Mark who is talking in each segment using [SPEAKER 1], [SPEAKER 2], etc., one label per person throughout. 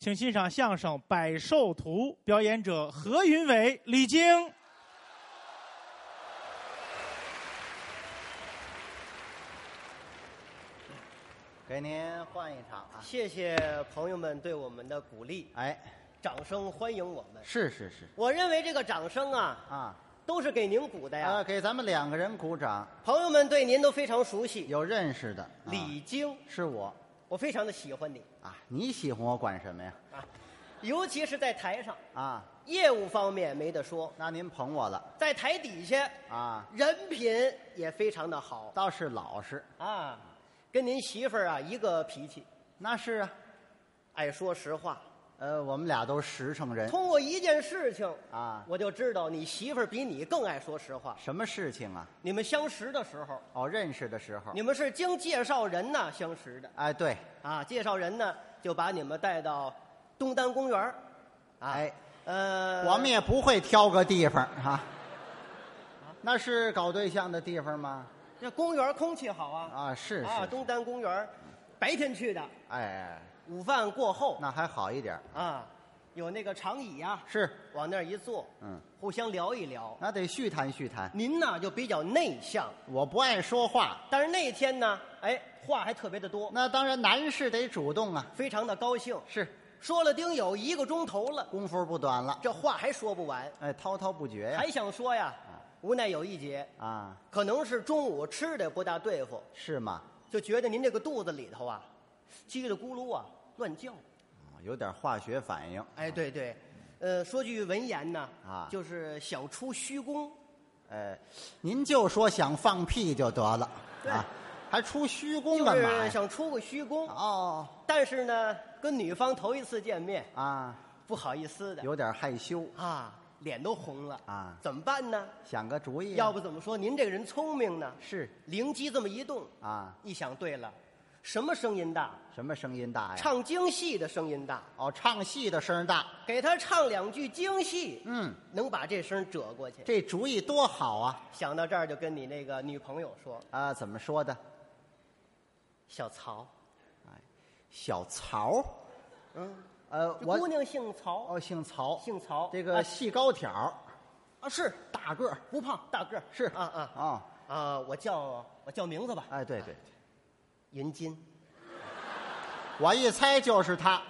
[SPEAKER 1] 请欣赏相声《百寿图》，表演者何云伟、李菁。
[SPEAKER 2] 给您换一场啊！
[SPEAKER 3] 谢谢朋友们对我们的鼓励，
[SPEAKER 2] 哎，
[SPEAKER 3] 掌声欢迎我们。
[SPEAKER 2] 是是是
[SPEAKER 3] 我认为这个掌声啊，
[SPEAKER 2] 啊
[SPEAKER 3] 都是给您鼓的
[SPEAKER 2] 啊，
[SPEAKER 3] 哎呀。
[SPEAKER 2] 给咱们两个人鼓掌，
[SPEAKER 3] 朋友们对您都非常熟悉。
[SPEAKER 2] 有认识的。啊
[SPEAKER 3] 李菁，
[SPEAKER 2] 是我
[SPEAKER 3] 我非常的喜欢你
[SPEAKER 2] 啊，你喜欢我管什么呀？
[SPEAKER 3] 啊，尤其是在台上，
[SPEAKER 2] 啊，
[SPEAKER 3] 业务方面没得说，
[SPEAKER 2] 那您捧我了
[SPEAKER 3] 在台底下，
[SPEAKER 2] 啊，
[SPEAKER 3] 人品也非常的好
[SPEAKER 2] 倒是老实。
[SPEAKER 3] 啊，跟您媳妇儿啊一个脾气，
[SPEAKER 2] 那是啊，
[SPEAKER 3] 爱说实话。
[SPEAKER 2] 呃，我们俩都实诚人。
[SPEAKER 3] 通过一件事情
[SPEAKER 2] 啊
[SPEAKER 3] 我就知道你媳妇儿比你更爱说实话。
[SPEAKER 2] 什么事情啊？
[SPEAKER 3] 你们相识的时候，
[SPEAKER 2] 哦，认识的时候。
[SPEAKER 3] 你们是经介绍人呐相识的
[SPEAKER 2] 哎，对，
[SPEAKER 3] 啊，介绍人呢就把你们带到东单公园儿啊，
[SPEAKER 2] 哎，
[SPEAKER 3] 呃，
[SPEAKER 2] 我们也不会挑个地方啊。
[SPEAKER 3] 啊
[SPEAKER 2] 那是搞对象的地方吗？
[SPEAKER 3] 这公园儿空气好啊
[SPEAKER 2] 啊，是
[SPEAKER 3] 啊，
[SPEAKER 2] 是。
[SPEAKER 3] 东单公园儿白天去的，
[SPEAKER 2] 哎哎，
[SPEAKER 3] 午饭过后
[SPEAKER 2] 那还好一点。
[SPEAKER 3] 啊，有那个长椅啊，
[SPEAKER 2] 是，
[SPEAKER 3] 往那儿一坐，
[SPEAKER 2] 嗯，
[SPEAKER 3] 互相聊一聊。
[SPEAKER 2] 那得续谈续谈。
[SPEAKER 3] 您呢就比较内向，
[SPEAKER 2] 我不爱说话，
[SPEAKER 3] 但是那天呢，哎，话还特别的多，
[SPEAKER 2] 那当然男士得主动啊。
[SPEAKER 3] 非常的高兴，
[SPEAKER 2] 是，
[SPEAKER 3] 说了丁有一个钟头了，
[SPEAKER 2] 功夫不短了，
[SPEAKER 3] 这话还说不完，
[SPEAKER 2] 哎，滔滔不绝呀
[SPEAKER 3] 还、想说呀，无奈有一节。
[SPEAKER 2] 啊。
[SPEAKER 3] 可能是中午吃的不大对付，
[SPEAKER 2] 是吗？
[SPEAKER 3] 就觉得您这个肚子里头啊，叽里咕噜啊乱叫。
[SPEAKER 2] 哦有点化学反应。
[SPEAKER 3] 哎，对对，呃，说句文言呢，
[SPEAKER 2] 啊
[SPEAKER 3] 就是小出虚宫，
[SPEAKER 2] 哎，您就说想放屁就得了，
[SPEAKER 3] 对
[SPEAKER 2] 啊，还出虚功
[SPEAKER 3] 就
[SPEAKER 2] 干嘛
[SPEAKER 3] 是
[SPEAKER 2] 呀？
[SPEAKER 3] 想出个虚宫，
[SPEAKER 2] 哦
[SPEAKER 3] 但是呢，跟女方头一次见面，
[SPEAKER 2] 啊，
[SPEAKER 3] 不好意思的
[SPEAKER 2] 有点害羞，
[SPEAKER 3] 啊，脸都红了
[SPEAKER 2] 啊
[SPEAKER 3] 怎么办呢？
[SPEAKER 2] 想个主意啊。
[SPEAKER 3] 要不怎么说您这个人聪明呢？
[SPEAKER 2] 是
[SPEAKER 3] 灵机这么一动，
[SPEAKER 2] 啊，
[SPEAKER 3] 一想对了，什么声音大？
[SPEAKER 2] 什么声音大呀？
[SPEAKER 3] 唱京戏的声音大，
[SPEAKER 2] 哦，唱戏的声儿大。
[SPEAKER 3] 给他唱两句京戏，
[SPEAKER 2] 嗯，
[SPEAKER 3] 能把这声折过去。
[SPEAKER 2] 这主意多好啊！
[SPEAKER 3] 想到这儿，就跟你那个女朋友说
[SPEAKER 2] 啊，怎么说的？：“
[SPEAKER 3] 小曹，
[SPEAKER 2] 小曹，
[SPEAKER 3] 嗯，
[SPEAKER 2] 呃，
[SPEAKER 3] 这
[SPEAKER 2] 我
[SPEAKER 3] 姑娘姓曹，
[SPEAKER 2] 哦，姓曹，
[SPEAKER 3] 姓曹，
[SPEAKER 2] 这个
[SPEAKER 3] 啊
[SPEAKER 2] 细高挑儿，
[SPEAKER 3] 啊是
[SPEAKER 2] 大个儿，
[SPEAKER 3] 不胖，大个儿
[SPEAKER 2] 是
[SPEAKER 3] 啊啊
[SPEAKER 2] 啊，
[SPEAKER 3] 啊！我叫我叫名字吧，
[SPEAKER 2] 哎，对对，
[SPEAKER 3] 云金。哎
[SPEAKER 2] 我一猜就是他。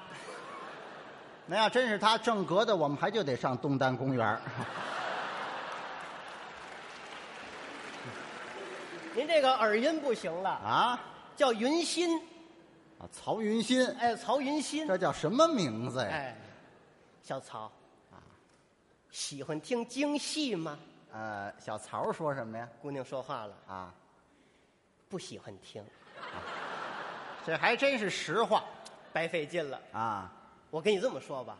[SPEAKER 2] 那要真是他正格的，我们还就得上东单公园儿
[SPEAKER 3] 您这个耳音不行了，
[SPEAKER 2] 啊！
[SPEAKER 3] 叫云心，
[SPEAKER 2] 啊，曹云新，
[SPEAKER 3] 哎，曹云心，
[SPEAKER 2] 这叫什么名字呀？
[SPEAKER 3] 哎，小曹啊，喜欢听京戏吗？
[SPEAKER 2] 呃，小曹说什么呀？
[SPEAKER 3] 姑娘说话了，
[SPEAKER 2] 啊，
[SPEAKER 3] 不喜欢听，
[SPEAKER 2] 啊这还真是实话
[SPEAKER 3] 白费劲了。
[SPEAKER 2] 啊！
[SPEAKER 3] 我跟你这么说吧，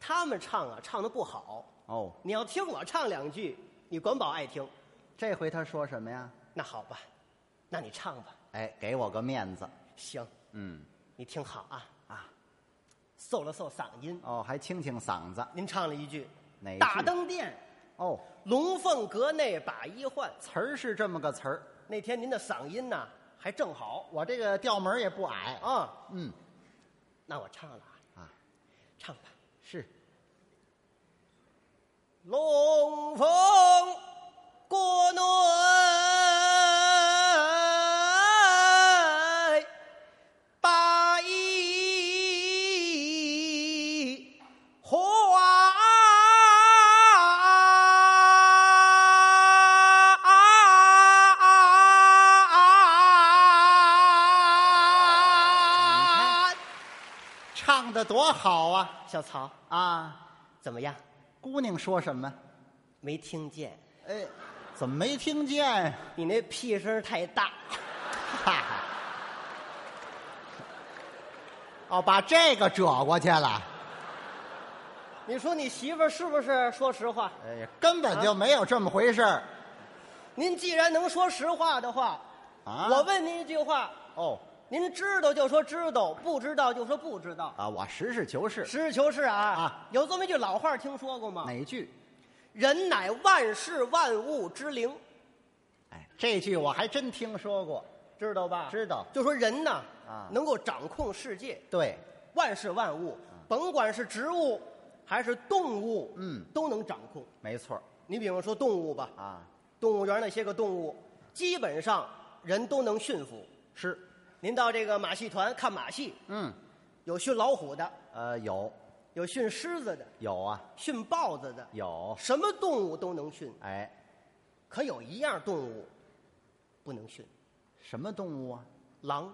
[SPEAKER 3] 他们唱啊唱的不好，
[SPEAKER 2] 哦，
[SPEAKER 3] 你要听我唱两句，你管保爱听。
[SPEAKER 2] 这回他说什么呀？
[SPEAKER 3] 那好吧，那你唱吧。
[SPEAKER 2] 哎，给我个面子，
[SPEAKER 3] 行，
[SPEAKER 2] 嗯，
[SPEAKER 3] 你听好啊
[SPEAKER 2] 啊，
[SPEAKER 3] 搜了搜嗓音，
[SPEAKER 2] 哦，还清清嗓子，
[SPEAKER 3] 您唱了一句
[SPEAKER 2] 哪一句
[SPEAKER 3] 大灯殿，
[SPEAKER 2] 哦，
[SPEAKER 3] 龙凤阁内把衣换。
[SPEAKER 2] 词儿是这么个词儿，
[SPEAKER 3] 那天您的嗓音呐还正好
[SPEAKER 2] 我这个调门儿也不矮，
[SPEAKER 3] 啊，
[SPEAKER 2] 嗯，
[SPEAKER 3] 那我唱了
[SPEAKER 2] 啊，
[SPEAKER 3] 唱吧。
[SPEAKER 2] 是
[SPEAKER 3] 龙凤国内把衣换。
[SPEAKER 2] 唱的多好啊
[SPEAKER 3] 小曹，
[SPEAKER 2] 啊！
[SPEAKER 3] 怎么样？
[SPEAKER 2] 姑娘说什么？
[SPEAKER 3] 没听见？
[SPEAKER 2] 哎，怎么没听见？
[SPEAKER 3] 你那屁声太大。
[SPEAKER 2] 嗨， 哦，把这个折过去了，
[SPEAKER 3] 你说你媳妇儿是不是？说实话，
[SPEAKER 2] 哎，根本就没有这么回事儿
[SPEAKER 3] 您既然能说实话的话，
[SPEAKER 2] 啊！
[SPEAKER 3] 我问您一句话，
[SPEAKER 2] 哦
[SPEAKER 3] 您知道就说知道，不知道就说不知道。
[SPEAKER 2] 啊，我实事求是，
[SPEAKER 3] 实事求是啊，
[SPEAKER 2] 啊
[SPEAKER 3] 有这么一句老话，听说过吗？
[SPEAKER 2] 哪句？
[SPEAKER 3] 人乃万事万物之灵，
[SPEAKER 2] 哎，这句我还真听说过，
[SPEAKER 3] 知道吧？
[SPEAKER 2] 知道
[SPEAKER 3] 就说人呐，
[SPEAKER 2] 啊
[SPEAKER 3] 能够掌控世界，
[SPEAKER 2] 对，
[SPEAKER 3] 万事万物，甭管是植物还是动物，
[SPEAKER 2] 啊嗯，
[SPEAKER 3] 都能掌控。
[SPEAKER 2] 没错儿
[SPEAKER 3] 你比方说动物吧，
[SPEAKER 2] 啊，
[SPEAKER 3] 动物园那些个动物，基本上人都能驯服。
[SPEAKER 2] 是，
[SPEAKER 3] 您到这个马戏团看马戏，
[SPEAKER 2] 嗯，
[SPEAKER 3] 有驯老虎的，
[SPEAKER 2] 呃，有
[SPEAKER 3] 有驯狮子的，
[SPEAKER 2] 有啊
[SPEAKER 3] 驯豹子的，
[SPEAKER 2] 有，
[SPEAKER 3] 什么动物都能驯。
[SPEAKER 2] 哎，
[SPEAKER 3] 可有一样动物不能驯，
[SPEAKER 2] 什么动物啊？
[SPEAKER 3] 狼。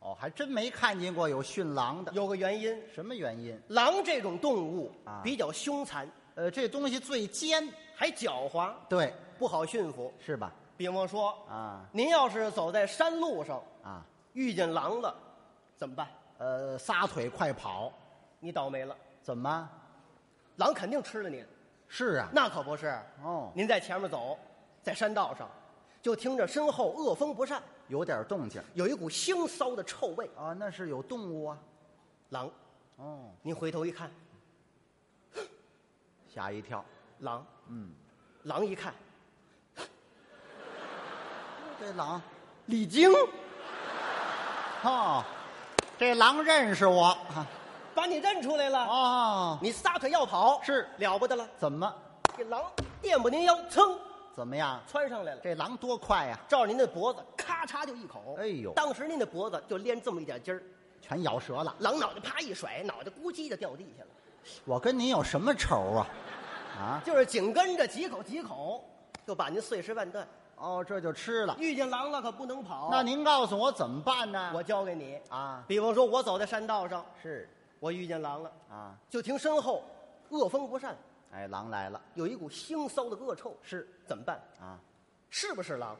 [SPEAKER 2] 哦，还真没看见过有驯狼的，
[SPEAKER 3] 有个原因，
[SPEAKER 2] 什么原因？
[SPEAKER 3] 狼这种动物
[SPEAKER 2] 啊
[SPEAKER 3] 比较凶残，
[SPEAKER 2] 呃，这东西最尖，
[SPEAKER 3] 还狡猾，
[SPEAKER 2] 对，
[SPEAKER 3] 不好驯服。
[SPEAKER 2] 是吧？
[SPEAKER 3] 比方说，
[SPEAKER 2] 啊
[SPEAKER 3] 您要是走在山路上
[SPEAKER 2] 啊，
[SPEAKER 3] 遇见狼了，怎么办？
[SPEAKER 2] 呃，撒腿快跑，
[SPEAKER 3] 你倒霉了，
[SPEAKER 2] 怎么？
[SPEAKER 3] 狼肯定吃了你。
[SPEAKER 2] 是啊，
[SPEAKER 3] 那可不是
[SPEAKER 2] 哦
[SPEAKER 3] 您在前面走，在山道上，就听着身后恶风不善，
[SPEAKER 2] 有点动静
[SPEAKER 3] 有一股腥臊的臭味。
[SPEAKER 2] 啊，那是有动物啊，
[SPEAKER 3] 狼，
[SPEAKER 2] 哦，
[SPEAKER 3] 您回头一看，
[SPEAKER 2] 吓一跳，
[SPEAKER 3] 狼，
[SPEAKER 2] 嗯，
[SPEAKER 3] 狼一看，
[SPEAKER 2] 这狼，
[SPEAKER 3] 李菁
[SPEAKER 2] 哦，这狼认识我，
[SPEAKER 3] 把你认出来了，
[SPEAKER 2] 哦，
[SPEAKER 3] 你撒腿要跑，
[SPEAKER 2] 是
[SPEAKER 3] 了不得了。
[SPEAKER 2] 怎么
[SPEAKER 3] 这狼电不您腰，噌
[SPEAKER 2] 怎么样？
[SPEAKER 3] 窜上来了，
[SPEAKER 2] 这狼多快啊呀、
[SPEAKER 3] 照着您的脖子咔嚓就一口。
[SPEAKER 2] 哎呦
[SPEAKER 3] 当时您的脖子就连这么一点筋儿，
[SPEAKER 2] 全咬折了。
[SPEAKER 3] 狼脑袋啪一甩，脑袋咕叽就掉地下了。
[SPEAKER 2] 我跟您有什么仇啊？啊？
[SPEAKER 3] 就是紧跟着几口几口，就把您碎尸万段。
[SPEAKER 2] 哦，这就吃了。
[SPEAKER 3] 遇见狼了可不能跑。
[SPEAKER 2] 那您告诉我怎么办呢？
[SPEAKER 3] 我教给你
[SPEAKER 2] 啊
[SPEAKER 3] 比方说，我走在山道上，
[SPEAKER 2] 是
[SPEAKER 3] 我遇见狼了，
[SPEAKER 2] 啊，
[SPEAKER 3] 就听身后恶风不善，
[SPEAKER 2] 哎，狼来了
[SPEAKER 3] 有一股腥臊的恶臭，
[SPEAKER 2] 是嗯
[SPEAKER 3] 怎么办？
[SPEAKER 2] 啊，
[SPEAKER 3] 是不是狼？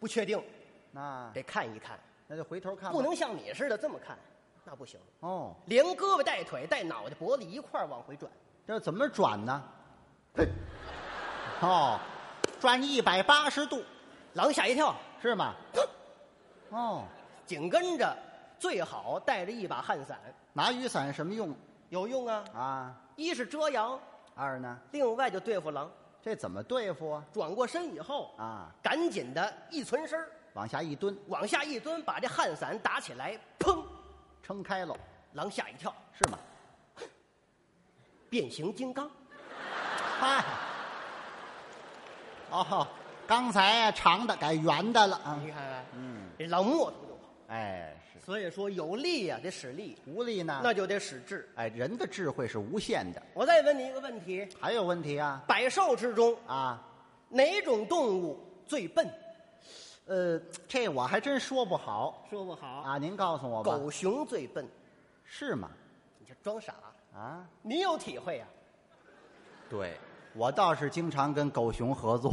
[SPEAKER 3] 不确定，
[SPEAKER 2] 那
[SPEAKER 3] 得看一看，
[SPEAKER 2] 那就回头啊看吧。
[SPEAKER 3] 不能像你似的这么看，那不行。
[SPEAKER 2] 哦，
[SPEAKER 3] 连胳膊带腿带脑袋脖子一块儿往回转，
[SPEAKER 2] 这怎么转呢？哦，转一百八十度
[SPEAKER 3] 狼吓一跳，
[SPEAKER 2] 是吗？哦，
[SPEAKER 3] 紧跟着最好带着一把汗伞，
[SPEAKER 2] 拿雨伞什么用
[SPEAKER 3] 有用啊。
[SPEAKER 2] 啊？
[SPEAKER 3] 一是遮阳，
[SPEAKER 2] 二呢，
[SPEAKER 3] 另外就对付狼。
[SPEAKER 2] 这怎么对付啊？
[SPEAKER 3] 转过身以后，
[SPEAKER 2] 啊，
[SPEAKER 3] 赶紧的一存身儿
[SPEAKER 2] 往下一蹲，
[SPEAKER 3] 往下一蹲，把这汗伞打起来，砰！
[SPEAKER 2] 撑开喽，
[SPEAKER 3] 狼吓一跳，
[SPEAKER 2] 是吗？
[SPEAKER 3] 变形金刚。
[SPEAKER 2] 嗨，哦，刚才长的改圆的了啊。
[SPEAKER 3] 你看看，
[SPEAKER 2] 嗯，
[SPEAKER 3] 这狼磨头就跑。
[SPEAKER 2] 哎，是
[SPEAKER 3] 所以说有力呀、得使力，
[SPEAKER 2] 狐狸呢？
[SPEAKER 3] 那就得使智。
[SPEAKER 2] 哎，人的智慧是无限的。
[SPEAKER 3] 我再问你一个问题：
[SPEAKER 2] 还有问题啊
[SPEAKER 3] 百兽之中，
[SPEAKER 2] 啊，
[SPEAKER 3] 哪种动物最笨？
[SPEAKER 2] 呃，这我还真说不好
[SPEAKER 3] 说不好，
[SPEAKER 2] 啊。您告诉我吧，
[SPEAKER 3] 狗熊最笨。
[SPEAKER 2] 是吗？
[SPEAKER 3] 你这装傻，
[SPEAKER 2] 啊，
[SPEAKER 3] 你有体会呀、
[SPEAKER 2] 对，我倒是经常跟狗熊合 作。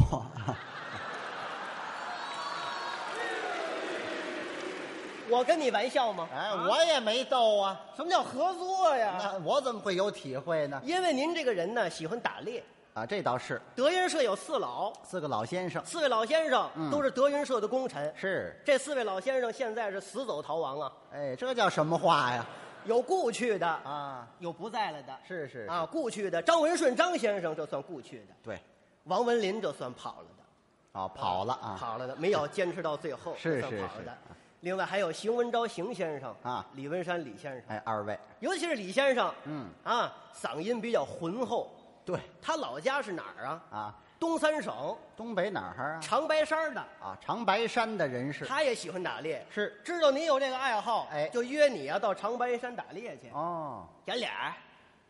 [SPEAKER 3] 我跟你玩笑吗？
[SPEAKER 2] 哎，
[SPEAKER 3] 啊
[SPEAKER 2] 我也没逗啊，
[SPEAKER 3] 什么叫合作呀？
[SPEAKER 2] 那我怎么会有体会呢？
[SPEAKER 3] 因为您这个人呢，喜欢打猎。
[SPEAKER 2] 啊，这倒是
[SPEAKER 3] 德云社有四老，
[SPEAKER 2] 四个老先生
[SPEAKER 3] 四位老先生
[SPEAKER 2] 嗯
[SPEAKER 3] 都是德云社的功臣。
[SPEAKER 2] 是，
[SPEAKER 3] 这四位老先生现在是死走逃亡啊，
[SPEAKER 2] 哎，这叫什么话呀？
[SPEAKER 3] 有故去的，
[SPEAKER 2] 啊，
[SPEAKER 3] 有不在了的，
[SPEAKER 2] 是是
[SPEAKER 3] 啊，故去的张文顺张先生这算故去的，
[SPEAKER 2] 对，
[SPEAKER 3] 王文林这算跑了的，
[SPEAKER 2] 啊，跑了啊，
[SPEAKER 3] 跑了的，没有坚持到最后，
[SPEAKER 2] 是
[SPEAKER 3] 这算
[SPEAKER 2] 是
[SPEAKER 3] 跑了
[SPEAKER 2] 是
[SPEAKER 3] 的
[SPEAKER 2] 啊。
[SPEAKER 3] 另外还有邢文昭邢先生
[SPEAKER 2] 啊
[SPEAKER 3] 李文山李先生，
[SPEAKER 2] 哎，二位，
[SPEAKER 3] 尤其是李先生，
[SPEAKER 2] 嗯
[SPEAKER 3] 啊，嗓音比较浑厚。
[SPEAKER 2] 对
[SPEAKER 3] 他老家是哪儿啊？
[SPEAKER 2] 啊，
[SPEAKER 3] 东三省
[SPEAKER 2] 东北哪儿啊？
[SPEAKER 3] 长白山的，
[SPEAKER 2] 啊，长白山的人士
[SPEAKER 3] 他也喜欢打猎，
[SPEAKER 2] 是
[SPEAKER 3] 知道你有这个爱好，
[SPEAKER 2] 哎
[SPEAKER 3] 就约你啊到长白山打猎去。
[SPEAKER 2] 哦，
[SPEAKER 3] 小脸儿，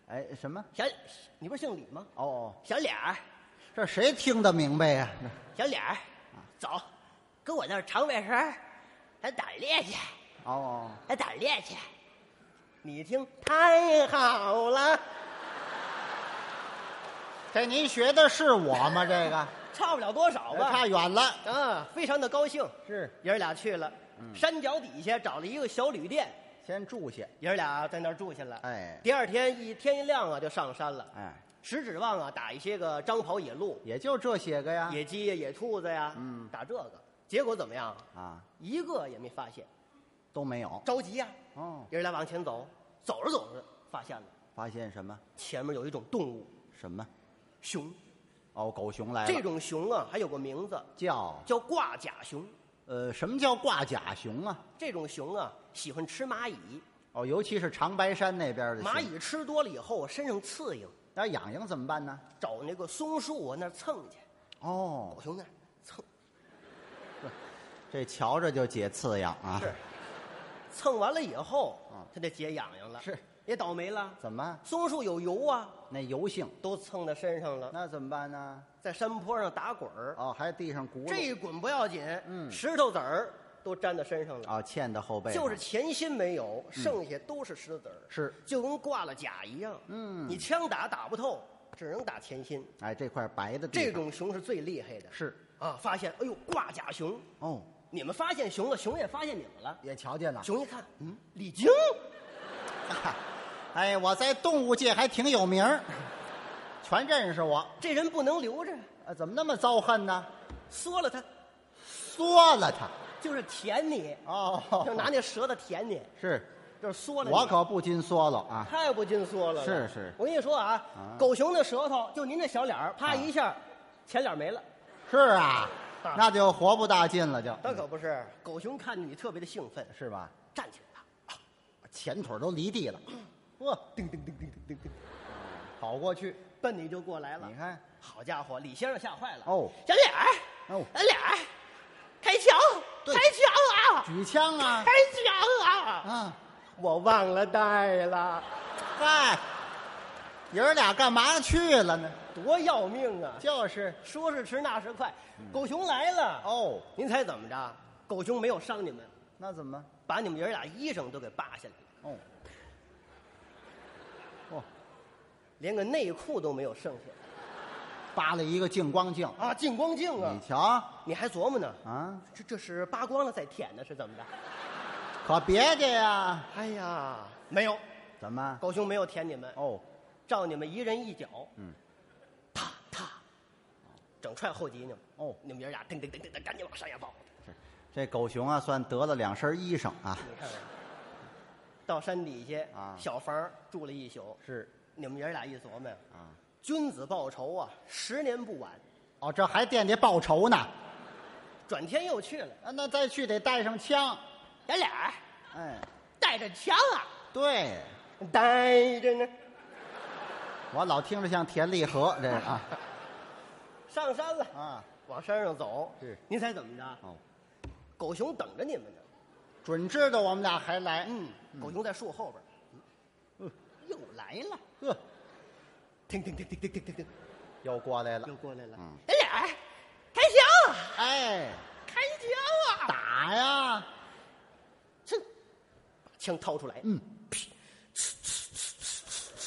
[SPEAKER 2] 哎，什么？
[SPEAKER 3] 小，你不是姓李吗？
[SPEAKER 2] 哦哦，
[SPEAKER 3] 小脸儿，
[SPEAKER 2] 这谁听得明白呀、
[SPEAKER 3] 小脸儿，啊走，跟我到长白山，咱打猎去，
[SPEAKER 2] 哦，
[SPEAKER 3] 咱打猎去。你一听太好了，
[SPEAKER 2] 这您学的是我吗？这个
[SPEAKER 3] 差不了多少吧？
[SPEAKER 2] 哎呃差嗯远了。
[SPEAKER 3] 啊，非常的高兴。
[SPEAKER 2] 是，
[SPEAKER 3] 爷儿俩去了，山脚底下找了一个小旅店，
[SPEAKER 2] 先住下。
[SPEAKER 3] 爷儿俩在那儿住下了。
[SPEAKER 2] 哎
[SPEAKER 3] 第二天一天一亮啊，就上山了。
[SPEAKER 2] 哎，
[SPEAKER 3] 十指望啊，打一些个张跑野鹿，
[SPEAKER 2] 也就这些个呀。
[SPEAKER 3] 野鸡呀、野兔子呀，
[SPEAKER 2] 啊嗯
[SPEAKER 3] 打这个，结果怎么样？
[SPEAKER 2] 啊，
[SPEAKER 3] 一个也没发现，
[SPEAKER 2] 都没有。
[SPEAKER 3] 着急呀、
[SPEAKER 2] 哦，
[SPEAKER 3] 爷儿俩往前走，走着走着发现了
[SPEAKER 2] 发现什么？
[SPEAKER 3] 前面有一种动物，
[SPEAKER 2] 什么？
[SPEAKER 3] 熊。
[SPEAKER 2] 哦，狗熊来了。
[SPEAKER 3] 这种熊啊，还有个名字
[SPEAKER 2] 叫
[SPEAKER 3] 叫挂甲熊。
[SPEAKER 2] 呃，什么叫挂甲熊啊？
[SPEAKER 3] 这种熊啊，喜欢吃蚂蚁，
[SPEAKER 2] 哦，尤其是长白山那边的
[SPEAKER 3] 蚂
[SPEAKER 2] 行，
[SPEAKER 3] 蚁吃多了以后，啊身上刺痒，
[SPEAKER 2] 那痒痒怎么办呢？
[SPEAKER 3] 找那个松树啊往那儿蹭去，
[SPEAKER 2] 哦
[SPEAKER 3] 狗，熊那儿蹭，
[SPEAKER 2] 这瞧着就解刺痒啊！
[SPEAKER 3] 是，蹭完了以后
[SPEAKER 2] 啊，
[SPEAKER 3] 它这解痒痒了，
[SPEAKER 2] 是
[SPEAKER 3] 也倒霉了。
[SPEAKER 2] 怎么
[SPEAKER 3] 松树有油啊，
[SPEAKER 2] 那油性？
[SPEAKER 3] 都蹭到身上了，
[SPEAKER 2] 那怎么办呢？
[SPEAKER 3] 在山坡上打滚儿，
[SPEAKER 2] 哦，还地上轱辘，
[SPEAKER 3] 这一滚不要紧，
[SPEAKER 2] 嗯
[SPEAKER 3] 石头子儿都粘到身上了，
[SPEAKER 2] 哦嵌到后背上，
[SPEAKER 3] 就是前心没有，
[SPEAKER 2] 嗯
[SPEAKER 3] 剩下都是石头子儿，
[SPEAKER 2] 是，
[SPEAKER 3] 就跟挂了甲一样。
[SPEAKER 2] 嗯
[SPEAKER 3] 你枪打打不透，只能打前心。
[SPEAKER 2] 哎，这块白的地
[SPEAKER 3] 这
[SPEAKER 2] 方
[SPEAKER 3] 种熊是最厉害的
[SPEAKER 2] 是
[SPEAKER 3] 啊！发现，哎呦，挂甲熊，
[SPEAKER 2] 哦，
[SPEAKER 3] 你们发现熊了，熊也发现你们了。
[SPEAKER 2] 也瞧见了。
[SPEAKER 3] 熊一看，嗯，李菁，
[SPEAKER 2] 哎，我在动物界还挺有名儿，全认识我。
[SPEAKER 3] 这人不能留着，
[SPEAKER 2] 啊，怎么那么遭恨呢？
[SPEAKER 3] 缩了它，
[SPEAKER 2] 缩了他。
[SPEAKER 3] 就是舔你，就
[SPEAKER 2] 哦，
[SPEAKER 3] 拿那舌头舔你，
[SPEAKER 2] 是
[SPEAKER 3] 就是缩了你。
[SPEAKER 2] 我可不禁缩了啊！
[SPEAKER 3] 太不禁缩了。
[SPEAKER 2] 是是
[SPEAKER 3] 我跟你说啊，狗熊的舌头就您那小脸儿，
[SPEAKER 2] 啊
[SPEAKER 3] 啪一下，前脸没了。
[SPEAKER 2] 是啊
[SPEAKER 3] 啊，
[SPEAKER 2] 那就活不大劲了就，
[SPEAKER 3] 那可不是，狗熊看着你特别的兴奋，
[SPEAKER 2] 嗯是吧？
[SPEAKER 3] 站起来了，
[SPEAKER 2] 前腿都离 地了，
[SPEAKER 3] 哇，叮叮叮叮叮叮叮，
[SPEAKER 2] 跑过去，
[SPEAKER 3] 嗯奔你就过来了
[SPEAKER 2] 你。看，
[SPEAKER 3] 好家伙，李先生吓坏了。
[SPEAKER 2] 哦
[SPEAKER 3] 小脸儿，
[SPEAKER 2] 哦
[SPEAKER 3] 小脸儿，开枪，
[SPEAKER 2] 对
[SPEAKER 3] 开枪啊，
[SPEAKER 2] 举枪啊
[SPEAKER 3] 开，枪啊！
[SPEAKER 2] 啊，
[SPEAKER 3] 我忘了带了，
[SPEAKER 2] 嗨，爷儿俩干嘛去了呢？
[SPEAKER 3] 多要命啊！
[SPEAKER 2] 就是嗯
[SPEAKER 3] 说时迟，那时快，狗熊来了。
[SPEAKER 2] 哦，
[SPEAKER 3] 您猜怎么着？狗熊没有伤你们，
[SPEAKER 2] 那怎么？
[SPEAKER 3] 把你们爷儿俩衣裳都给扒下来了，
[SPEAKER 2] 哦，哦，
[SPEAKER 3] 连个内裤都没有剩下
[SPEAKER 2] 扒了一个净光镜，
[SPEAKER 3] 啊！净光镜啊
[SPEAKER 2] 你！瞧
[SPEAKER 3] 你还琢磨呢？
[SPEAKER 2] 啊，
[SPEAKER 3] 这这是扒光了再舔的，是怎么着？
[SPEAKER 2] 可别介呀，
[SPEAKER 3] 哎呀，没有，
[SPEAKER 2] 怎么？
[SPEAKER 3] 狗熊没有舔你们，
[SPEAKER 2] 哦，
[SPEAKER 3] 照你们一人一脚，
[SPEAKER 2] 嗯，
[SPEAKER 3] 啪啪，整踹后脊你们。
[SPEAKER 2] 哦
[SPEAKER 3] 你们爷儿俩噔噔噔噔噔，赶紧往山下跑。
[SPEAKER 2] 是这狗熊啊，算得了两身衣裳啊，
[SPEAKER 3] 你看看，到山底下
[SPEAKER 2] 啊
[SPEAKER 3] 小房住了一宿。
[SPEAKER 2] 是
[SPEAKER 3] 你们爷儿俩一琢磨呀，
[SPEAKER 2] 啊，
[SPEAKER 3] 君子报仇啊，十年不晚。
[SPEAKER 2] 哦，这还惦记报仇呢，啊
[SPEAKER 3] 转天又去了，
[SPEAKER 2] 那再去得带上枪，
[SPEAKER 3] 咱俩
[SPEAKER 2] 哎，
[SPEAKER 3] 带着枪啊，
[SPEAKER 2] 对。
[SPEAKER 3] 带着呢。
[SPEAKER 2] 我老听着像田立和这个 啊
[SPEAKER 3] 上山了，
[SPEAKER 2] 啊，
[SPEAKER 3] 往山上走。
[SPEAKER 2] 是
[SPEAKER 3] 您猜怎么着？
[SPEAKER 2] 哦，
[SPEAKER 3] 狗熊等着你们呢。
[SPEAKER 2] 准知道我们俩还来，
[SPEAKER 3] 嗯，狗熊在树后边。嗯，又来了。
[SPEAKER 2] 呵，
[SPEAKER 3] 停停停停停停停停，
[SPEAKER 2] 又过来了
[SPEAKER 3] 又，过来了
[SPEAKER 2] 嗯。
[SPEAKER 3] 咱俩开枪啊，
[SPEAKER 2] 哎，
[SPEAKER 3] 开枪啊！
[SPEAKER 2] 打呀，
[SPEAKER 3] 哼，把枪掏出来，
[SPEAKER 2] 嗯，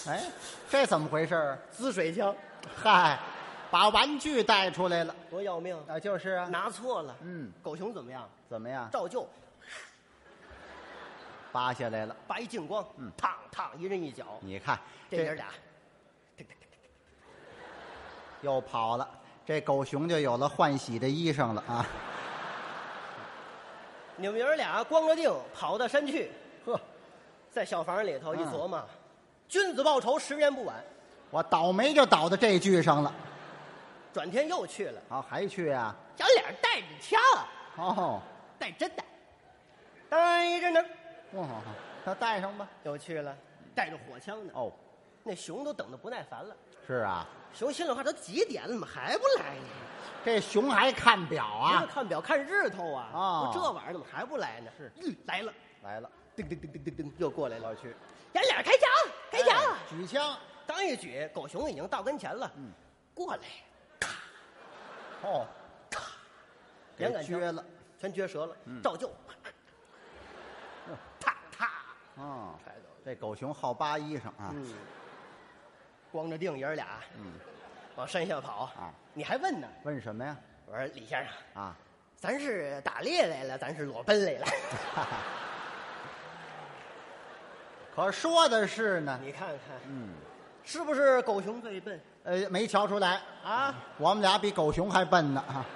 [SPEAKER 2] 哎，这怎么回事儿？啊
[SPEAKER 3] 滋水枪，
[SPEAKER 2] 嗨，把玩具带出来了，
[SPEAKER 3] 多要命！
[SPEAKER 2] 啊，就是啊，
[SPEAKER 3] 拿错了。
[SPEAKER 2] 嗯，
[SPEAKER 3] 狗熊怎么样？
[SPEAKER 2] 怎么样？
[SPEAKER 3] 照旧
[SPEAKER 2] 扒下来了，
[SPEAKER 3] 拔一净光，嗯，烫烫一人一脚。
[SPEAKER 2] 你看
[SPEAKER 3] 这爷俩，叮叮叮叮
[SPEAKER 2] 又跑了，这狗熊就有了换洗的衣裳了啊，
[SPEAKER 3] 你们爷儿俩光着腚跑到山去，
[SPEAKER 2] 呵，
[SPEAKER 3] 在小房里头一琢磨，君子报仇，十年不晚。
[SPEAKER 2] 我倒霉就倒到这句上了，
[SPEAKER 3] 转天又去了，
[SPEAKER 2] 啊，还去啊？
[SPEAKER 3] 小脸带着枪，
[SPEAKER 2] 哦，
[SPEAKER 3] 带真的，带着呢，
[SPEAKER 2] 哦，那带上吧，
[SPEAKER 3] 又去了，带着火枪呢。
[SPEAKER 2] 哦。
[SPEAKER 3] 那熊都等得不耐烦了，
[SPEAKER 2] 是啊，
[SPEAKER 3] 熊心里话：都几点了，怎么还不来呢？
[SPEAKER 2] 这熊还看表
[SPEAKER 3] 不
[SPEAKER 2] 啊
[SPEAKER 3] 是！看表看日头啊！
[SPEAKER 2] 哦
[SPEAKER 3] 我这玩意儿怎么还不来呢？
[SPEAKER 2] 是
[SPEAKER 3] 嗯，来了，
[SPEAKER 2] 来了，
[SPEAKER 3] 叮叮叮叮叮叮，又过来了。
[SPEAKER 2] 去，
[SPEAKER 3] 咱俩开枪，开枪！
[SPEAKER 2] 哎举枪！
[SPEAKER 3] 刚一举，狗熊已经到跟前了。嗯，过来，
[SPEAKER 2] 哦，给
[SPEAKER 3] 两杆枪
[SPEAKER 2] 撅了，
[SPEAKER 3] 全撅折了，
[SPEAKER 2] 嗯
[SPEAKER 3] 照旧，啪啪，
[SPEAKER 2] 啊！
[SPEAKER 3] 揣走了。
[SPEAKER 2] 这狗熊好扒衣裳啊！
[SPEAKER 3] 嗯，光着腚爷儿俩，嗯，往山下跑。
[SPEAKER 2] 啊，
[SPEAKER 3] 你还问呢？
[SPEAKER 2] 问什么呀？
[SPEAKER 3] 我说李先生，
[SPEAKER 2] 啊，
[SPEAKER 3] 咱是打猎来了，咱是裸奔来了。
[SPEAKER 2] 可说的是呢，
[SPEAKER 3] 你看看，
[SPEAKER 2] 嗯，
[SPEAKER 3] 是不是狗熊最笨
[SPEAKER 2] 呃，没瞧出来，
[SPEAKER 3] 啊？
[SPEAKER 2] 我们俩比狗熊还笨呢啊！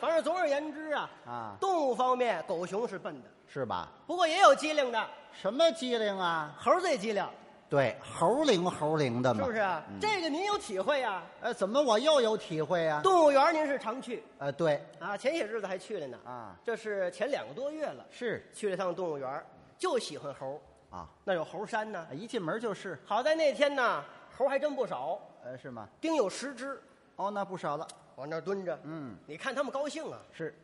[SPEAKER 3] 反正总而言之啊，
[SPEAKER 2] 啊
[SPEAKER 3] 动物方面狗熊是笨的，
[SPEAKER 2] 是吧？
[SPEAKER 3] 不过也有机灵的，
[SPEAKER 2] 什么机灵啊？
[SPEAKER 3] 猴儿最机灵，
[SPEAKER 2] 对，猴灵猴灵的
[SPEAKER 3] 是
[SPEAKER 2] 嘛，
[SPEAKER 3] 不是啊？
[SPEAKER 2] 嗯
[SPEAKER 3] 这个您有体会啊？
[SPEAKER 2] 呃，怎么我又有体会啊？
[SPEAKER 3] 动物园您是常去
[SPEAKER 2] 呃，对，
[SPEAKER 3] 啊，前些日子还去了呢
[SPEAKER 2] 啊
[SPEAKER 3] 这是前两个多月了，
[SPEAKER 2] 是
[SPEAKER 3] 去了趟动物园，就喜欢猴儿，
[SPEAKER 2] 啊，
[SPEAKER 3] 那有猴山呢。
[SPEAKER 2] 一进门就是，
[SPEAKER 3] 好在那天呢，猴还真不少，
[SPEAKER 2] 呃，是吗？
[SPEAKER 3] 丁有十只，
[SPEAKER 2] 哦，那不少了，
[SPEAKER 3] 往那儿蹲着。
[SPEAKER 2] 嗯，
[SPEAKER 3] 你看他们高兴啊，
[SPEAKER 2] 是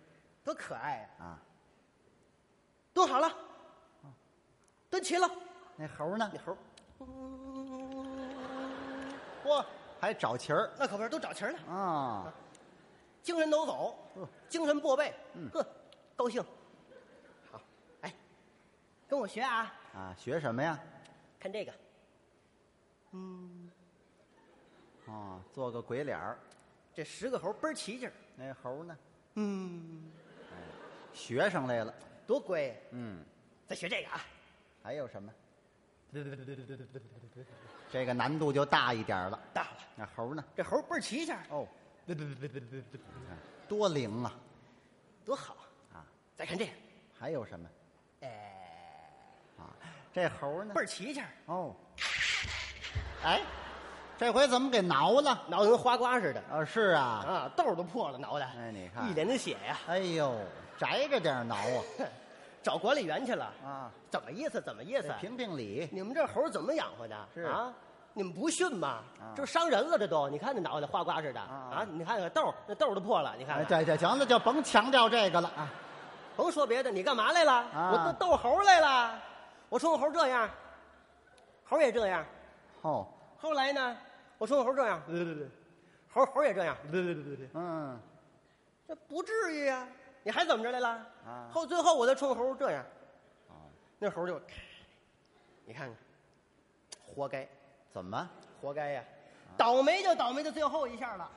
[SPEAKER 3] 多可爱啊！
[SPEAKER 2] 啊。
[SPEAKER 3] 蹲好了，蹲齐了。
[SPEAKER 2] 那猴呢
[SPEAKER 3] 那？猴，
[SPEAKER 2] 嚯，还找齐儿
[SPEAKER 3] 那可不是都找齐了，
[SPEAKER 2] 啊！
[SPEAKER 3] 精神抖擞
[SPEAKER 2] 嗯，
[SPEAKER 3] 精神过备，呵，高兴。好，哎，跟我学啊，
[SPEAKER 2] 啊，学什么呀？
[SPEAKER 3] 看这个，
[SPEAKER 2] 啊，做个鬼脸儿。
[SPEAKER 3] 这十个猴倍儿齐劲儿，
[SPEAKER 2] 那猴呢？
[SPEAKER 3] 嗯，
[SPEAKER 2] 学上来了。
[SPEAKER 3] 多乖。啊
[SPEAKER 2] 嗯，
[SPEAKER 3] 再学这个啊，
[SPEAKER 2] 还有什么？ 这个难度就大一点儿了。
[SPEAKER 3] 大了，
[SPEAKER 2] 那猴呢？
[SPEAKER 3] 这猴倍儿齐劲儿，
[SPEAKER 2] 哦， 多灵啊！
[SPEAKER 3] 多好
[SPEAKER 2] 啊！
[SPEAKER 3] 再看这个，
[SPEAKER 2] 还有什么？
[SPEAKER 3] 哎，
[SPEAKER 2] 啊，这猴呢
[SPEAKER 3] 倍？儿齐劲儿，
[SPEAKER 2] 哦，哎，这回怎么给挠了？
[SPEAKER 3] 脑袋跟花瓜似的
[SPEAKER 2] 啊，是啊，
[SPEAKER 3] 啊，豆儿都破了脑袋，
[SPEAKER 2] 哎你看
[SPEAKER 3] 一脸的血呀，
[SPEAKER 2] 哎呦，摘着点儿挠
[SPEAKER 3] 哼找管理员去了，
[SPEAKER 2] 啊啊，
[SPEAKER 3] 怎么意思？怎么意思
[SPEAKER 2] 得？评评理
[SPEAKER 3] 你们这猴怎么养活的？
[SPEAKER 2] 是
[SPEAKER 3] 啊，你们不训吗
[SPEAKER 2] 啊？
[SPEAKER 3] 这伤人了，这都！你看那脑袋花瓜似的
[SPEAKER 2] 啊
[SPEAKER 3] 啊！你看看豆儿，那豆儿都破了。你看
[SPEAKER 2] 哎，对
[SPEAKER 3] 看，
[SPEAKER 2] 对，行了，就甭强调这个了啊。
[SPEAKER 3] 甭说别的，你干嘛来了？
[SPEAKER 2] 啊
[SPEAKER 3] 我逗逗猴来了。我说我猴这样，猴也这样。
[SPEAKER 2] 哦，
[SPEAKER 3] 后来呢，我说我猴这样，对对对，猴猴也这样，对对对对，
[SPEAKER 2] 嗯，
[SPEAKER 3] 这不至于啊！你还怎么着来了？
[SPEAKER 2] 啊
[SPEAKER 3] 后最后我再冲猴这样，
[SPEAKER 2] 哦
[SPEAKER 3] 那猴就，你看看，活该，
[SPEAKER 2] 怎么？
[SPEAKER 3] 活该呀！倒霉就倒霉到最后一下了。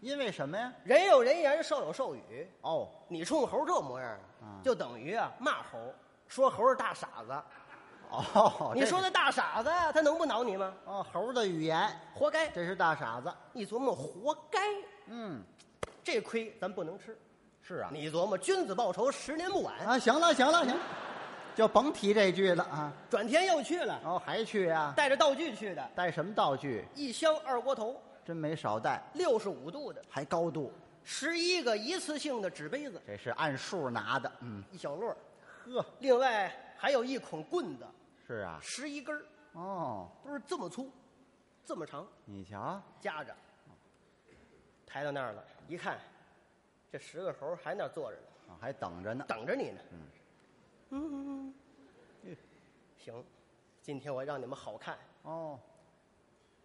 [SPEAKER 2] 因为什么呀？
[SPEAKER 3] 人有人言，兽有兽语。
[SPEAKER 2] 哦，
[SPEAKER 3] 你冲猴这模样儿
[SPEAKER 2] 啊，
[SPEAKER 3] 就等于啊骂猴，说猴是大傻子。
[SPEAKER 2] 哦，
[SPEAKER 3] 你
[SPEAKER 2] 这
[SPEAKER 3] 说
[SPEAKER 2] 是
[SPEAKER 3] 那大傻子，他能不恼你吗？
[SPEAKER 2] 哦，猴的语言，
[SPEAKER 3] 活该！
[SPEAKER 2] 这是大傻子。
[SPEAKER 3] 一琢磨，活该，
[SPEAKER 2] 嗯，
[SPEAKER 3] 这亏咱不能吃。
[SPEAKER 2] 是啊。
[SPEAKER 3] 你一琢磨，君子报仇，十年不晚。
[SPEAKER 2] 啊，行了行了行了，就甭提这句了啊。
[SPEAKER 3] 转天又去了，
[SPEAKER 2] 哦，还去啊？
[SPEAKER 3] 带着道具去的，
[SPEAKER 2] 带什么道具？
[SPEAKER 3] 一箱二锅头，
[SPEAKER 2] 真没少带，
[SPEAKER 3] 六十五度的，
[SPEAKER 2] 还高度，
[SPEAKER 3] 十一个一次性的纸杯子，
[SPEAKER 2] 这是按数拿的。嗯，
[SPEAKER 3] 一小摞儿，
[SPEAKER 2] 呵，
[SPEAKER 3] 另外还有一捆棍子，
[SPEAKER 2] 是啊。
[SPEAKER 3] 十一根儿，
[SPEAKER 2] 哦，
[SPEAKER 3] 都是这么粗，这么长。
[SPEAKER 2] 你瞧，啊
[SPEAKER 3] 夹着，抬到那儿了，一看，这十个猴还那儿坐着呢，
[SPEAKER 2] 啊还等着呢。
[SPEAKER 3] 等着你呢。嗯，行，今天我让你们好看，
[SPEAKER 2] 哦，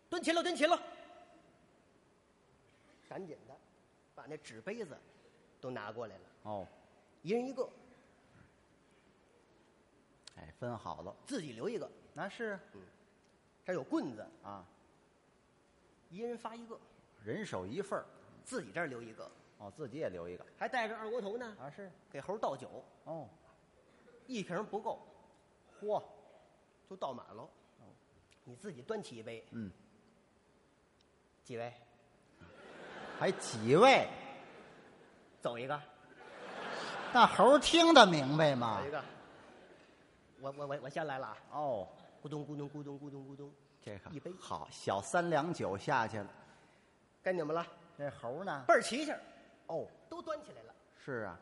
[SPEAKER 3] 蹲齐了，蹲齐了，赶紧的，把那纸杯子都拿过来了，
[SPEAKER 2] 哦，
[SPEAKER 3] 一人一个，
[SPEAKER 2] 哎，分好了。
[SPEAKER 3] 自己留一个，
[SPEAKER 2] 那是
[SPEAKER 3] 这儿有棍子，
[SPEAKER 2] 啊，
[SPEAKER 3] 一人发一个，
[SPEAKER 2] 人手一份儿。
[SPEAKER 3] 自己这儿留一个，
[SPEAKER 2] 哦，自己也留一个。
[SPEAKER 3] 还带着二锅头呢，
[SPEAKER 2] 啊，是。
[SPEAKER 3] 给猴倒酒，
[SPEAKER 2] 哦，
[SPEAKER 3] 一瓶不够，
[SPEAKER 2] 嚯，
[SPEAKER 3] 都倒满了，你自己端起一杯，
[SPEAKER 2] 嗯，
[SPEAKER 3] 几位？
[SPEAKER 2] 还几位？
[SPEAKER 3] 走一个，
[SPEAKER 2] 那猴听得明白吗
[SPEAKER 3] 走一？个。我我我我先来了啊！
[SPEAKER 2] 哦，
[SPEAKER 3] 咕咚咕咚咕咚咕咚咕咚，
[SPEAKER 2] 这个
[SPEAKER 3] 一杯
[SPEAKER 2] 好，小三两酒下去了。
[SPEAKER 3] 该你们了，
[SPEAKER 2] 这猴呢？
[SPEAKER 3] 倍儿齐气儿，
[SPEAKER 2] 哦，
[SPEAKER 3] 都端起来了。
[SPEAKER 2] 是啊，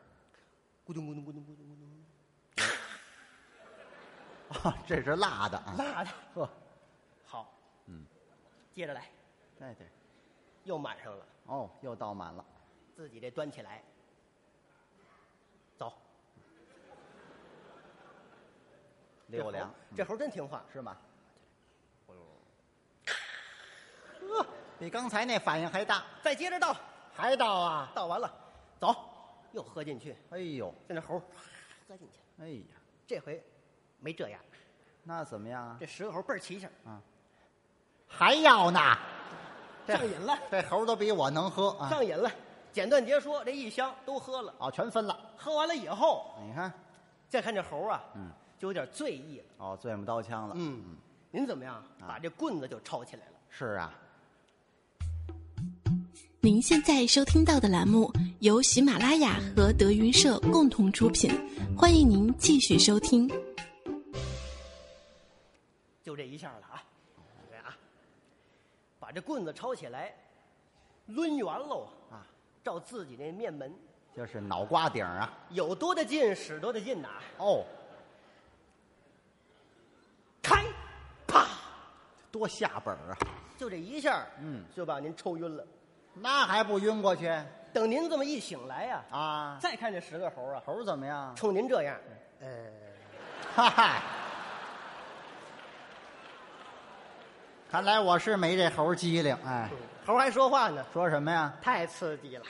[SPEAKER 3] 咕咚咕咚咕咚咕咚咕咚，
[SPEAKER 2] 啊， 这是辣的啊。
[SPEAKER 3] 辣的
[SPEAKER 2] 呵，
[SPEAKER 3] 好，嗯，接着来，
[SPEAKER 2] 对对，
[SPEAKER 3] 又满上了，
[SPEAKER 2] 哦，又倒满了。
[SPEAKER 3] 自己这端起来，走，
[SPEAKER 2] 六两嗯
[SPEAKER 3] 这猴真听话，
[SPEAKER 2] 是吗？哎呵，比刚才那反应还大，
[SPEAKER 3] 再接着倒，
[SPEAKER 2] 还倒啊！
[SPEAKER 3] 倒完了，走，又喝进去，
[SPEAKER 2] 哎呦，
[SPEAKER 3] 这那猴唰喝进去，
[SPEAKER 2] 哎呀，
[SPEAKER 3] 这回没这样，
[SPEAKER 2] 那怎么样啊？
[SPEAKER 3] 这十个猴倍儿齐气儿，
[SPEAKER 2] 嗯还要呢？这
[SPEAKER 3] 上瘾了。
[SPEAKER 2] 这猴都比我能喝啊！
[SPEAKER 3] 上瘾了。简短截说，这一箱都喝了，
[SPEAKER 2] 哦，全分了。
[SPEAKER 3] 喝完了以后，
[SPEAKER 2] 你看，
[SPEAKER 3] 再看这猴啊，
[SPEAKER 2] 嗯，
[SPEAKER 3] 就有点醉意了。
[SPEAKER 2] 哦，醉木刀枪了。，
[SPEAKER 3] 嗯，您怎么样？
[SPEAKER 2] 啊
[SPEAKER 3] 把这棍子就抄起来了。
[SPEAKER 2] 是啊。
[SPEAKER 4] 您现在收听到的栏目由喜马拉雅和德云社共同出品，欢迎您继续收听。
[SPEAKER 3] 就这一下了啊，你看啊，把这棍子抄起来，抡圆喽
[SPEAKER 2] 啊，
[SPEAKER 3] 照自己那面门，
[SPEAKER 2] 就是脑瓜顶儿啊。
[SPEAKER 3] 有多的劲使多的劲呐、
[SPEAKER 2] 哦，多下本儿啊！
[SPEAKER 3] 就这一下，
[SPEAKER 2] 嗯，
[SPEAKER 3] 就把您抽晕了。
[SPEAKER 2] 那还不晕过去
[SPEAKER 3] 等您这么一醒来呀、
[SPEAKER 2] 啊？
[SPEAKER 3] 再看见十个猴啊，
[SPEAKER 2] 猴儿怎么样？
[SPEAKER 3] 冲您这样，
[SPEAKER 2] 哈哈，看来我是没这猴儿机灵。哎，
[SPEAKER 3] 猴还说话呢，
[SPEAKER 2] 说什么呀？
[SPEAKER 3] 太刺激了。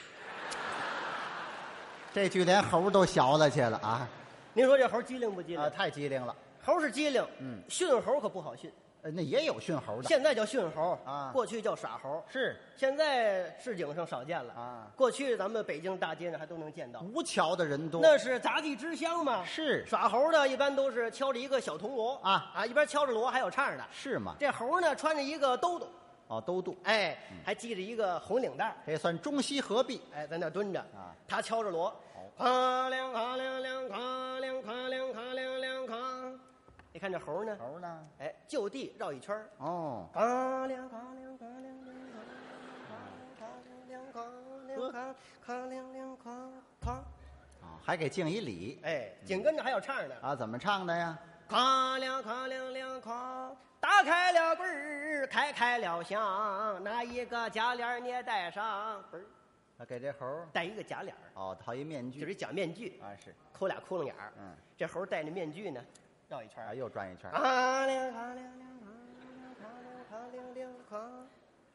[SPEAKER 2] 这句连猴儿都学了去了啊！
[SPEAKER 3] 您说这猴机灵不机灵？
[SPEAKER 2] 啊，太机灵了。
[SPEAKER 3] 猴是机灵，
[SPEAKER 2] 嗯
[SPEAKER 3] 训猴可不好训。
[SPEAKER 2] 呃那也有训猴的，
[SPEAKER 3] 现在叫训猴
[SPEAKER 2] 啊
[SPEAKER 3] 过去叫耍猴，
[SPEAKER 2] 是
[SPEAKER 3] 现在市井上少见了
[SPEAKER 2] 啊
[SPEAKER 3] 过去咱们北京大街上还都能见到，
[SPEAKER 2] 无桥的人多。
[SPEAKER 3] 那是杂技之乡嘛。
[SPEAKER 2] 是
[SPEAKER 3] 耍猴的，一般都是敲着一个小铜锣
[SPEAKER 2] 啊
[SPEAKER 3] 啊，一边敲着锣还有唱着呢。
[SPEAKER 2] 是吗？
[SPEAKER 3] 这猴呢，穿着一个兜兜，
[SPEAKER 2] 哦，都渡，
[SPEAKER 3] 哎，还系着一个红领带，
[SPEAKER 2] 这算中西合璧。
[SPEAKER 3] 哎，在那蹲着
[SPEAKER 2] 啊
[SPEAKER 3] 他敲着锣，咔亮咔亮亮咔亮咔亮咔亮亮咔，你看这猴呢，
[SPEAKER 2] 猴呢？
[SPEAKER 3] 哎，就地绕一圈儿
[SPEAKER 2] 哦，
[SPEAKER 3] 嘎亮嘎亮嘎亮亮嘎亮嘎嘎亮亮嘎嘎，
[SPEAKER 2] 啊还给敬一礼
[SPEAKER 3] 哎，紧跟着还有唱呢，
[SPEAKER 2] 啊？怎么唱的呀？
[SPEAKER 3] 嘎亮嘎亮亮嘎，打开了柜儿，开开了箱，拿一个假脸儿捏戴上，不是
[SPEAKER 2] 啊给这猴儿
[SPEAKER 3] 戴一个假脸儿，
[SPEAKER 2] 哦，套一面具。
[SPEAKER 3] 就是一假面具，
[SPEAKER 2] 啊，是
[SPEAKER 3] 抠俩窟窿眼儿，
[SPEAKER 2] 嗯，
[SPEAKER 3] 这猴儿戴着面具呢，绕一圈
[SPEAKER 2] 啊，
[SPEAKER 3] 儿，
[SPEAKER 2] 又转一圈儿
[SPEAKER 3] 嘎亮嘎亮亮嘎亮嘎亮亮嘎，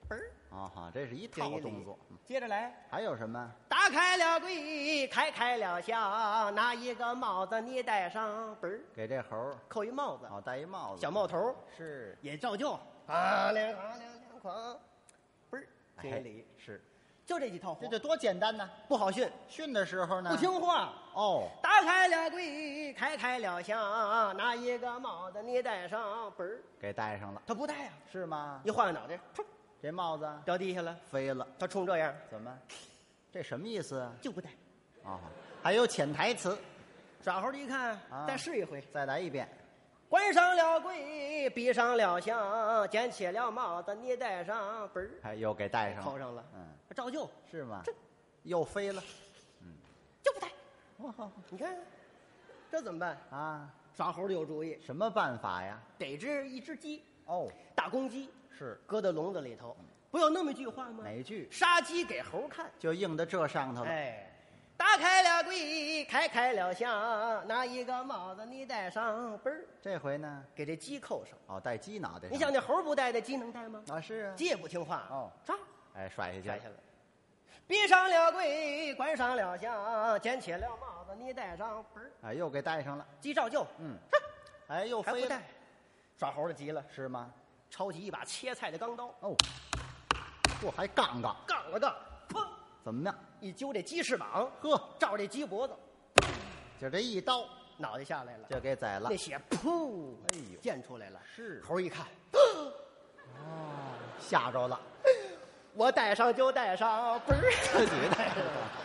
[SPEAKER 3] 嘣儿，
[SPEAKER 2] 啊哈，这是一
[SPEAKER 3] 敬一
[SPEAKER 2] 套
[SPEAKER 3] 礼
[SPEAKER 2] 动作。嗯，
[SPEAKER 3] 接着来。
[SPEAKER 2] 还有什么？
[SPEAKER 3] 打开了柜，开开了箱，拿一个帽子你戴上，嘣儿
[SPEAKER 2] 给这猴儿
[SPEAKER 3] 扣一帽子，
[SPEAKER 2] 哦戴一帽子，
[SPEAKER 3] 小帽头儿
[SPEAKER 2] 是
[SPEAKER 3] 也照旧，啊亮啊亮亮狂，嘣儿敬
[SPEAKER 2] 哎
[SPEAKER 3] 一礼，
[SPEAKER 2] 是，
[SPEAKER 3] 就这几套
[SPEAKER 2] 这
[SPEAKER 3] 活
[SPEAKER 2] 得，多简单呢！
[SPEAKER 3] 不好训，
[SPEAKER 2] 训的时候呢，
[SPEAKER 3] 不听话。
[SPEAKER 2] 哦，
[SPEAKER 3] 打开了柜，开开了箱，拿一个帽子你戴上，嘣儿
[SPEAKER 2] 给戴上了，
[SPEAKER 3] 他不戴呀、
[SPEAKER 2] 是吗
[SPEAKER 3] 一？晃个脑袋，噗
[SPEAKER 2] 这帽子
[SPEAKER 3] 掉地下了，
[SPEAKER 2] 飞了，
[SPEAKER 3] 他冲这样
[SPEAKER 2] 怎么？这什么意思啊？
[SPEAKER 3] 就不戴。
[SPEAKER 2] 啊，还有潜台词，
[SPEAKER 3] 耍猴的一看
[SPEAKER 2] 啊，
[SPEAKER 3] 再试一回。
[SPEAKER 2] 再来一遍。
[SPEAKER 3] 关上了柜，闭上了箱，捡起了帽子，你戴上，嘣儿
[SPEAKER 2] 哎，又给戴上
[SPEAKER 3] 扣
[SPEAKER 2] 了，
[SPEAKER 3] 上了，
[SPEAKER 2] 嗯，
[SPEAKER 3] 照旧
[SPEAKER 2] 是吗
[SPEAKER 3] 这？
[SPEAKER 2] 又飞了
[SPEAKER 3] 就不戴。你看，这怎么办？
[SPEAKER 2] 啊？
[SPEAKER 3] 耍猴的有主意，
[SPEAKER 2] 什么办法呀？
[SPEAKER 3] 逮只一只鸡，
[SPEAKER 2] 哦，
[SPEAKER 3] 大公鸡，
[SPEAKER 2] 是
[SPEAKER 3] 搁到笼子里头。不有那么一句话吗？
[SPEAKER 2] 哪一句
[SPEAKER 3] 杀鸡给猴看。
[SPEAKER 2] 就应到这上头了？
[SPEAKER 3] 哎，打开了柜，开开了箱，拿一个帽子你戴上，嘣儿
[SPEAKER 2] 这回呢？
[SPEAKER 3] 给这鸡扣上。
[SPEAKER 2] 哦，戴鸡脑袋上。
[SPEAKER 3] 你想那猴不戴，那鸡能戴吗？
[SPEAKER 2] 啊？是啊
[SPEAKER 3] 鸡。也不听话。
[SPEAKER 2] 哦，
[SPEAKER 3] 抓。
[SPEAKER 2] 哎，甩下去
[SPEAKER 3] 摘下
[SPEAKER 2] 了。
[SPEAKER 3] 来。闭上了柜，关上了箱，捡起了帽子，你戴上，嘣儿，
[SPEAKER 2] 哎，又给戴上了。
[SPEAKER 3] 鸡照旧，
[SPEAKER 2] 嗯
[SPEAKER 3] 哼，
[SPEAKER 2] 哎，又
[SPEAKER 3] 还
[SPEAKER 2] 飞
[SPEAKER 3] 不
[SPEAKER 2] 了
[SPEAKER 3] 戴。。耍猴的急了，
[SPEAKER 2] 是吗？
[SPEAKER 3] 抄起一把切菜的钢刀，
[SPEAKER 2] 哦，嚯，还杠杠，
[SPEAKER 3] 杠了杠，哐，
[SPEAKER 2] 怎么样？
[SPEAKER 3] 一揪这鸡翅膀，
[SPEAKER 2] 呵，
[SPEAKER 3] 照这鸡脖子，
[SPEAKER 2] 就这一刀
[SPEAKER 3] 脑袋下来了，
[SPEAKER 2] 就给宰了
[SPEAKER 3] 那。血噗，
[SPEAKER 2] 哎呦
[SPEAKER 3] 溅出来了。
[SPEAKER 2] 是
[SPEAKER 3] 猴一看，
[SPEAKER 2] 吓着了，
[SPEAKER 3] 我戴上就戴上，嘣儿，
[SPEAKER 2] 自己戴上了。